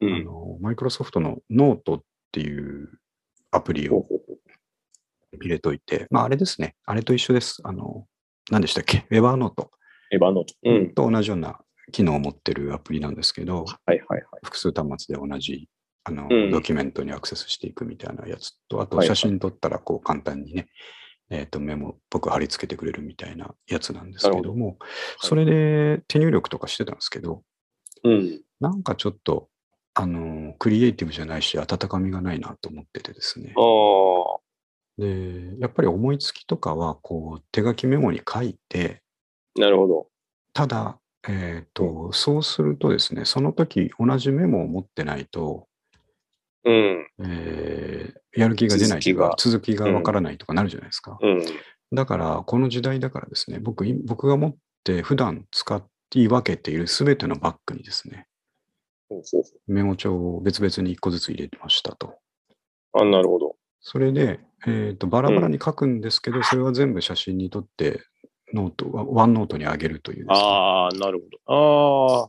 B: う
A: あ
B: ん。
A: の、マイクロソフトのノートっていうアプリ
B: ほう
A: を
B: ほうほう
A: 入れといて、まあ、あれですね、あれと一緒です。あの、何でしたっけ、エヴァーノート
B: エヴァノート。うん。
A: と同じような機能を持ってるアプリなんですけど、
B: はいはいはい。
A: 複数端末で同じあの、
B: うん
A: ドキュメントにアクセスしていくみたいなやつと、あと
B: はいは
A: 写
B: い
A: 真撮ったらこう簡単にね、えっとメモっぽく貼り付けてくれるみたいなやつなんですけ
B: なる
A: ども、それで手入力とかしてたんですけど、
B: うん。
A: なんかちょっと、あの、クリエイティブじゃないし、温かみがないなと思っててですね
B: あ。あ。
A: で、やっぱり思いつきとかは、こう、手書きメモに書いて、
B: なるほど。
A: ただ、えっ、と、そうするとですね、その時同じメモを持ってないと、
B: うん。
A: えーやる気が出ないというか、続きが
B: うん
A: わからないとかなるじゃないですか。
B: うん。
A: だから、この時代だからですね、僕、い僕が持って普段使い分けているすべてのバッグにですね、
B: ほうほう
A: メモ帳を別々に一個ずつ入れてましたと。
B: ほうあ、なるほど。
A: それで、えー、とバラバラに書くんですけど、それは全部写真に撮って、ノート、ワワンノートに上げるというですね、
B: ああ、なるほど。あー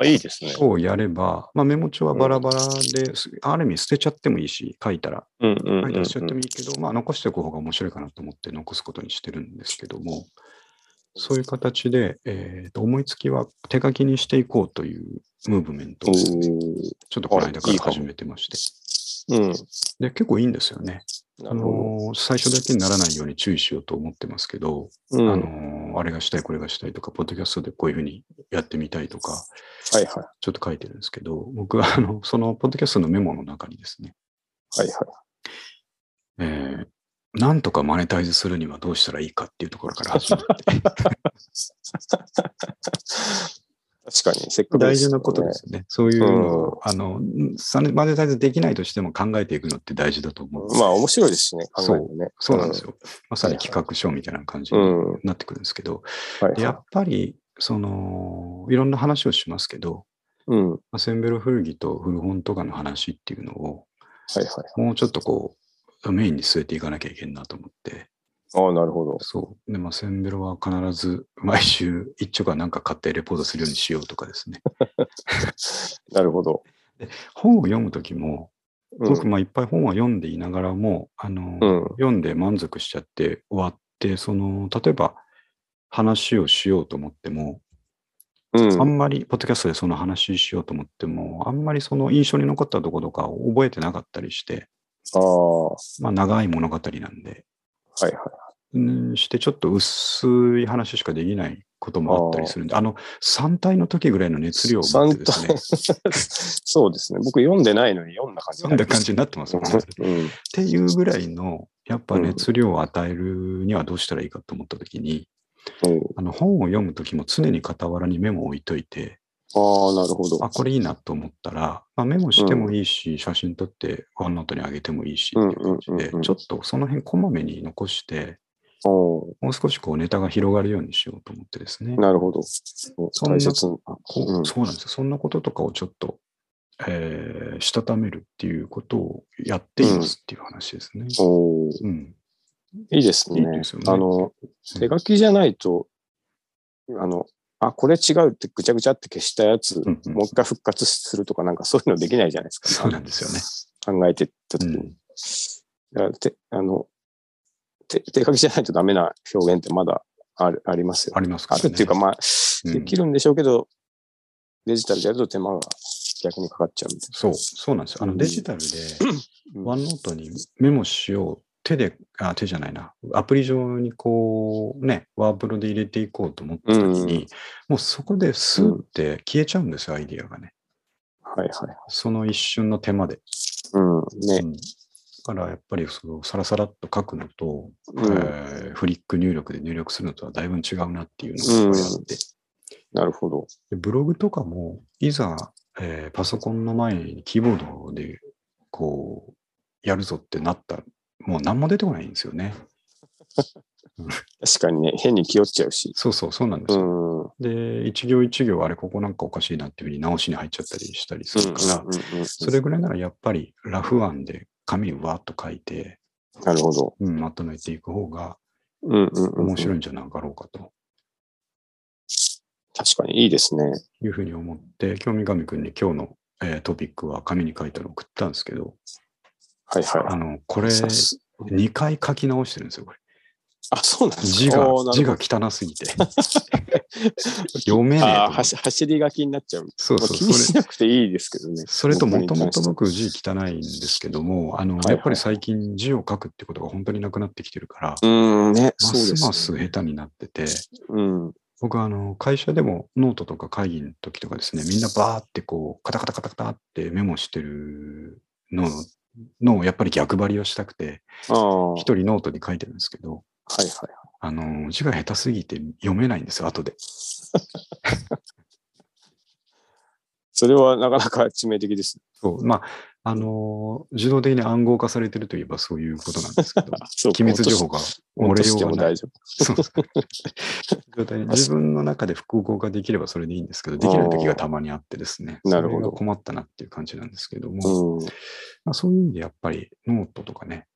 B: あ、いいですね。
A: をやれば、まあ、メモ帳はバラバラです、ある意味捨てちゃってもいいし、書いたら、
B: うんうんう
A: 書い
B: んうん
A: たら捨てちゃってもいいけど、まあ、残しておく方が面白いかなと思って残すことにしてるんですけども、そういう形で、えー、と思いつきは手書きにしていこうというムーブメントをですね
B: う
A: ちょっとこの間か
B: あ
A: ら
B: いいかも
A: 始めてまして、
B: ん。うん。
A: で結構いいんですよね。
B: な
A: あ
B: るほ
A: のー最初だけにならないように注意しようと思ってますけど、
B: ど。うん。
A: あ
B: は
A: の
B: い
A: ーあれがしたい、これがしたいとか、ポッドキャストでこういうふうにやってみたいとか、
B: はい。
A: ちょっと書いてるんですけど、僕はあのそのポッドキャストのメモの中にですね、
B: はいはい。
A: えーなんとかマネタイズするにはどうしたらいいかっていうところから始まって、
B: 確かに、せっかく
A: 大
B: で
A: 事
B: すよね
A: なことですよね。そういうのを、あの、さマネタイズできないとしても考えていくのって大事だと思う。
B: まあ、面白いですしね、考えてね。
A: そうなんですよ。まさに企画書みたいな感じ
B: う
A: に
B: ん。うん。は
A: なってくるんですけど、
B: い
A: でや
B: は
A: っぱり、その、いろんな話をしますけど、
B: い。うん。はい
A: まあセンベロ古着と古本とかの話っていうのを、
B: はい。
A: もうちょっとこう、メインに据えていかなきゃいけんなと思って、
B: ああ、なるほど。
A: そう。で、まあ、センベロは必ず毎週一丁かなんか買ってレポートするようにしようとかですね。
B: なるほど。
A: 本を読むときも、
B: うん
A: 僕、まあ、いっぱい本は読んでいながらも、あの、
B: うん。
A: 読んで満足しちゃって終わって、その、例えば、話をしようと思っても、
B: うん。
A: あ
B: あ
A: んまり、ポッドキャストでその話しようと思っても、あんまりその印象に残ったところとかを覚えてなかったりして、
B: あ、は
A: まあ、長い物語なんで、
B: いはい。
A: うんしてちょっと薄い話しかできないこともあったりするんで、あの、3体の時ぐらいの熱量を持ってですね、
B: そうですね。僕、読んでないのに読んだ感じ
A: 読んだ感じになってますよね。っ
B: うん。
A: ていうぐらいの、やっぱ熱量を与えるにはどうしたらいいかと思った時に、
B: うん。
A: あの本を読む時も常に傍らにメモを置いといて、
B: ああ、なるほど。
A: あ、これいいなと思ったら、まあ、メモしてもいいし、写真撮ってワンノートに上げてもいいしっていう感じ
B: うんうん
A: で
B: うんう、ん
A: ちょっとその辺こまめに残して、
B: おー
A: もう少しこうネタが広がるようにしようと思ってですね。
B: なるほど。
A: そんな
B: 大切な。
A: こう
B: うん
A: そうなんですよ。そんなこととかをちょっと、えーしたためるっていうことをやっていますっていう話ですね。
B: おー
A: うん。
B: いいですね。
A: いいですよね
B: あの、手書きじゃないと、あの、あ、これ違うってぐちゃぐちゃって消したやつ、
A: うんうん
B: もう一回復活するとかなんかそういうのできないじゃないですか。
A: そうなんですよね。
B: 考えてった
A: う
B: 時に。
A: ん。
B: だからてあの手、手書きじゃないとダメな表現ってまだあるありますよ、
A: ありますか
B: あ
A: ら
B: る
A: ね。
B: っていうか、まあ、
A: うん
B: できるんでしょうけど、デジタルでやると手間が逆にかかっちゃうみたい
A: そう、そうなんですよ。あの
B: うん
A: デジタルで
B: うん
A: ワンノートにメモしよう。手で、あ、手じゃないな。アプリ上にこう、ね、ワープロで入れていこうと思った時に、
B: うん
A: もうそこでスーって消えちゃうんですよ、アイディアがね。
B: な。はいはい。
A: その一瞬の手間で。
B: うん。ね。
A: うんだからやっぱりそのサラサラっと書くのと、
B: うん
A: えーフリック入力で入力するのとはだいぶ違うなっていうのがやっぱりあって、
B: なるほど。
A: でブログとかもいざ、えーパソコンの前にキーボードでこうやるぞってなったらもう何も出てこないんですよね。
B: 確かにね、変に気負っちゃうし。
A: そうそうそうなんで
B: う
A: すよ。
B: ん。うん
A: で一行一行あれここなんかおかしいなっていうふうに直しに入っちゃったりしたりするから、
B: うんうんうん
A: それぐらいならやっぱりラフ案で紙にわーっと書いて、
B: なるほど。
A: うん、まとめていく方が
B: うんうんうん。
A: 面白
B: い。
A: いんじゃなかろうかと。
B: 確かにいいですね。
A: いうふうに思って、今日三上君に今日の、えートピックは紙に書いたのを送ったんですけど、
B: はい
A: あ
B: は
A: の、これ、
B: い。
A: 2回書き直してるんですよ、これ。
B: あ、そうなんですか
A: 字が
B: おー、な
A: 字
B: る
A: が
B: ほど
A: 汚すぎて。読めねえと思っ
B: あー
A: て。
B: はし走り書きになっちゃう。
A: そう
B: まあ
A: そう、
B: 気に
A: そ
B: し
A: れ。
B: なくていいですけどね。
A: それともともと
B: 本
A: 僕字汚いんですけども、あの
B: い、はい
A: やっぱり最近字を書くってことが本当になくなってきてるから、
B: 当に関してはうーん、ね、
A: ま
B: そうですね
A: ます下手になってて、
B: うん。
A: 僕はあの会社でもノートとか会議の時とかですね、みんなバーってこう、カタカタカタカタってメモしてるののやっぱり逆張りをしたくて、
B: ああ。はい
A: 一人ノートに書いてるんですけど、
B: はいはい。
A: あの、字が下手すぎて読めないんですよ、後で。
B: それはなかなか致命的です。
A: そう。まあ、あの、自動的に暗号化されてるといえばそういうことなんですけど、
B: そう
A: 機密情報が
B: 落
A: 漏
B: と
A: れ
B: し
A: よ
B: て
A: う
B: も
A: がない
B: 大丈
A: そう状態に自分の中で複合化できればそれでいいんですけど、できない時がたまにあってですね、
B: あーなるほど
A: それが困ったなっていう感じなんですけども、
B: 夫。
A: まあ、そういう意味でやっぱりノートとかね、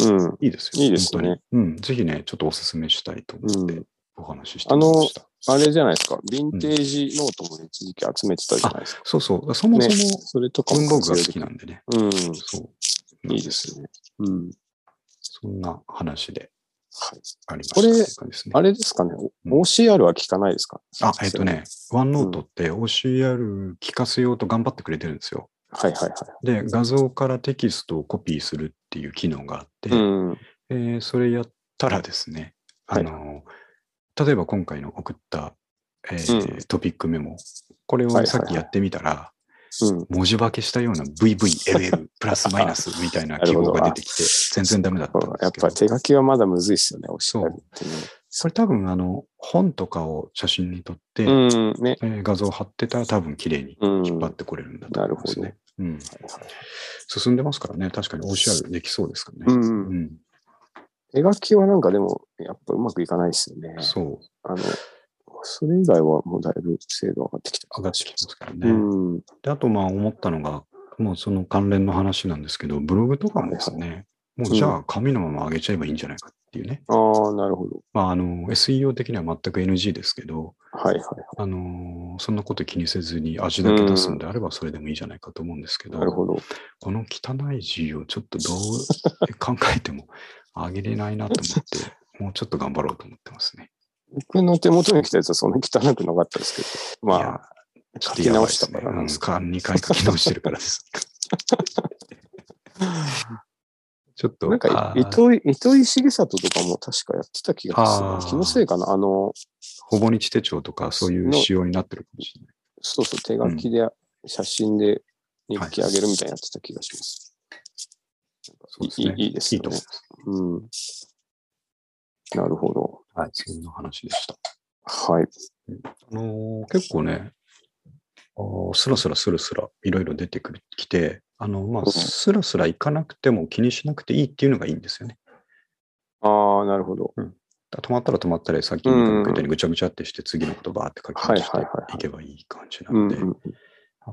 B: うん。うん。
A: いいですよ
B: いいですね
A: 本当にうん。ぜひね、ちょっとおすすめしたいと思って
B: うん
A: お話ししてみました。
B: あれじゃないですか。ヴィンテージノートも一時期集めてたじゃないですか。
A: そうそう、そもそも
B: ね、それとかも
A: 文房具が好
B: 活
A: き
B: 用
A: な
B: で
A: んでね、
B: きる
A: そう。
B: うん。いいですね。うん。
A: そんな話で
B: はい。
A: ありました。
B: これ
A: っていう感じですね
B: あれですかね。お OCR は聞かないですか
A: あ、えっと。ね、ワンノートって OCR 聞かせようと頑張ってくれてるんですよ。
B: はいはいはい。
A: で、画像からテキストをコピーするっていう機能があって、
B: うん。
A: えーそれやったらですね、あの、例えば今回の送った、えー
B: う
A: トピックメモ、これを
B: はいはいはい
A: さっきやってみたら、
B: うん。
A: 文字化けしたような VVLL プラスマイナスみたい な記号が出てきて、全然ダメだったんで
B: や
A: す
B: っ
A: けど
B: ぱ、手書きはまだむずいっすよね、OCR ってね。
A: それ多分あの、本とかを写真に撮って、
B: うん。ね。
A: えー画像貼ってたら多分綺麗に
B: うん。
A: 引っ張ってこれるんだと思いますね。うん、進んでますからね、確かに OCR できそうですからね。
B: うん
A: う
B: うん。
A: ん
B: 手書きはなんかでも、やっぱうまくいかないですよね。
A: そう、
B: あの、それ以外はもうだいぶ精度上がってきた
A: 上がってきますから
B: う
A: ね。
B: ん。
A: で、あとまあ思ったのが、もうその関連の話なんですけど、ブログとかもですね、もうじゃあ紙のまま上げちゃえばいいんじゃないかっていうね。
B: ああ、なるほど。
A: まああの、SEO 的には全く NG ですけど、
B: はいはいは
A: あの、そんなこと気にせずに味だけ出すんであればそれでもいいじゃないかと思うんですけ
B: い。
A: ど、
B: なるほど。
A: この汚い字をちょっとどう考えても上げれないなと思って、もうちょっと頑張ろうと思ってますね。
B: 僕の手元に来たやつはそんな汚くなかったですけど。
A: い
B: ま
A: や
B: あ、
A: ちょっとやばいで
B: 書き直し
A: す
B: た
A: ね。
B: からなんです
A: うんか2回書き直してるから です。ちょっと、
B: なんか
A: あー
B: い糸井、糸井重里とかも確かやってた気がする
A: あ
B: な。
A: ー
B: 気のせいかな。あの、
A: ほぼ日手帳とかそういう
B: の
A: 仕様になってるかもしれない。
B: そうそう、手書きで、写真で日記あげるみたいになってた気がします。
A: そうですね。
B: いいいいです
A: いいと
B: よね
A: 思います。
B: うん。なるほど。
A: はい。そんな話でした。
B: はい。
A: あのー結構ね、あースラスラスラスラいろいろ出てくるきて、あの、ま
B: う
A: あ、
B: ん
A: スラスラいかなくても気にしなくていいっていうのがいいんですよね。
B: ああ、なるほど。
A: だから止まったら止まったら、さっきみたいにぐちゃぐちゃってして、次のことばーって書き込んで
B: はいはいはいはい
A: いけばいい感じな
B: うんん
A: で、
B: う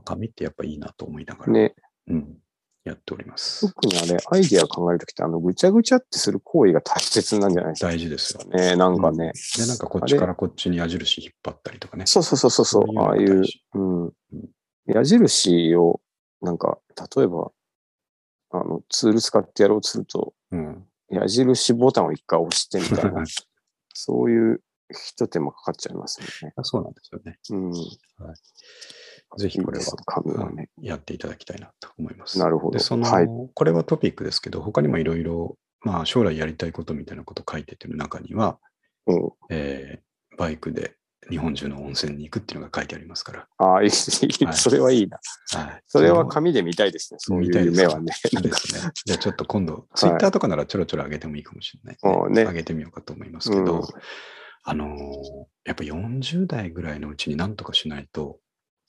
A: 紙ってやっぱいいなと思いながら、
B: ん。ね。
A: うん、やっております。
B: 特にあれ、アイディア考えるときって、あの、ぐちゃぐちゃってする行為が大切なんじゃないです
A: 大事ですよ
B: か。ね。なんかね。
A: で、なんかこっちからこっちに矢印引っ張ったりとかね。
B: そうそうそうそうそう
A: そういうの
B: あ
A: が
B: あ
A: 大
B: い
A: 事
B: う、うん。矢印を、なんか、例えば、あの、ツール使ってやろうとすると、
A: うん。
B: 矢印ボタンを一回押してみた いな、そういう一手間かかっちゃいますよね。
A: そうなんですよね。
B: うん。
A: ぜひこれ
B: いいで
A: は
B: す紙はね。
A: やっていただきたいなと思います。
B: なるほど。
A: で、その、
B: はい。
A: これはトピックですけど、他にもいろいろ、まあ、将来やりたいことみたいなこと書いててる中には、
B: うん、
A: えーバイクで日本中の温泉に行くっていうのが書いてありますから。
B: ああ、いいです、いい
A: はい
B: それはいいな。
A: はい。
B: それは紙で見たいですね。そういう夢は
A: 見
B: ね。
A: いいですね。じゃあちょっと今度、ツイッターとかならちょろちょろ上げてもいいかもしれない、
B: そうね
A: 上げてみようかと思いますけど、
B: うん
A: あのーやっぱ40代ぐらいのうちになんとかしないと、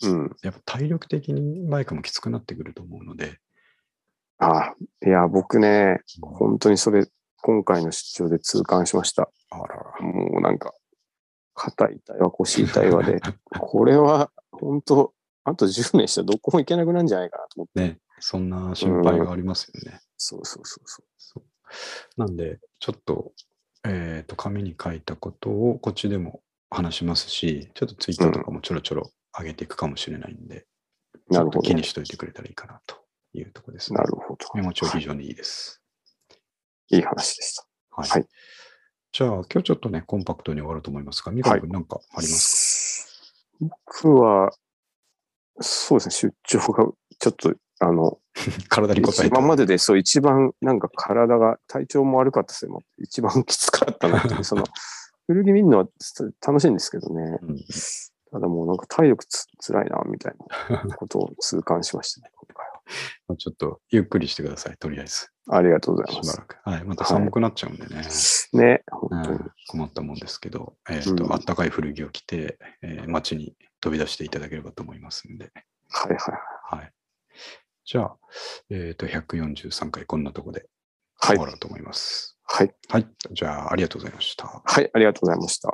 B: うん。
A: やっぱ体力的にバイクもきつくなってくると思うので、
B: ああ、いや、僕ね、本当にそれ、今回の出張で痛感しました。
A: あらら
B: もうなんか、肩痛いわ、腰痛いわで、 これは本当、あと10年したらどこも行けなくなるんじゃないかなと思って。
A: ね、そんな心配がありますよね。
B: そうそうそうそ
A: そうなんで、ちょっと、えっ、と、紙に書いたことをこっちでも話しますし、ちょっとツイッターとかもちょろちょろ上げていくかもしれないんで、
B: う。
A: ち
B: な
A: ょ
B: る
A: っと
B: ほ
A: 気
B: ど。
A: にしといてくれたらいいかなというところですね
B: な。るほど。
A: メモ帳
B: は
A: 非
B: い
A: 常にいいです。
B: いい話でした。
A: はい。
B: はい
A: じゃあ、今日ちょっとね、コンパクトに終わると思いますが、三上君なんかあります
B: す僕は、そうですね、出張が、ちょっと、あの、
A: か体に応えて。
B: 今まででそう一番なんか体が体調も悪かったですよ。一番きつかった なっていう。その、古着見るのは楽しいんですけどね。
A: うん
B: ただもうなんか体力つ辛いな、みたいなことを痛感しましたね、今回は。
A: まあちょっとゆっくりしてください、とりあえず。
B: ありがとうござ
A: し
B: いま
A: ば
B: す。
A: らく。はい。また
B: はい
A: 寒くなっちゃうんでね。
B: ね、本
A: うん
B: 当に。
A: 困ったもんですけど、えっ、と、
B: うん
A: あったかい古着を着て、えー街に飛び出していただければと思いますんで。
B: はいはい。
A: はい。じゃあ、えっ、と、143回こんなとこで
B: はい
A: 終わろうと思います。
B: はい。
A: はい。じゃあ、ありがとうございました。
B: はい、ありがとうございました。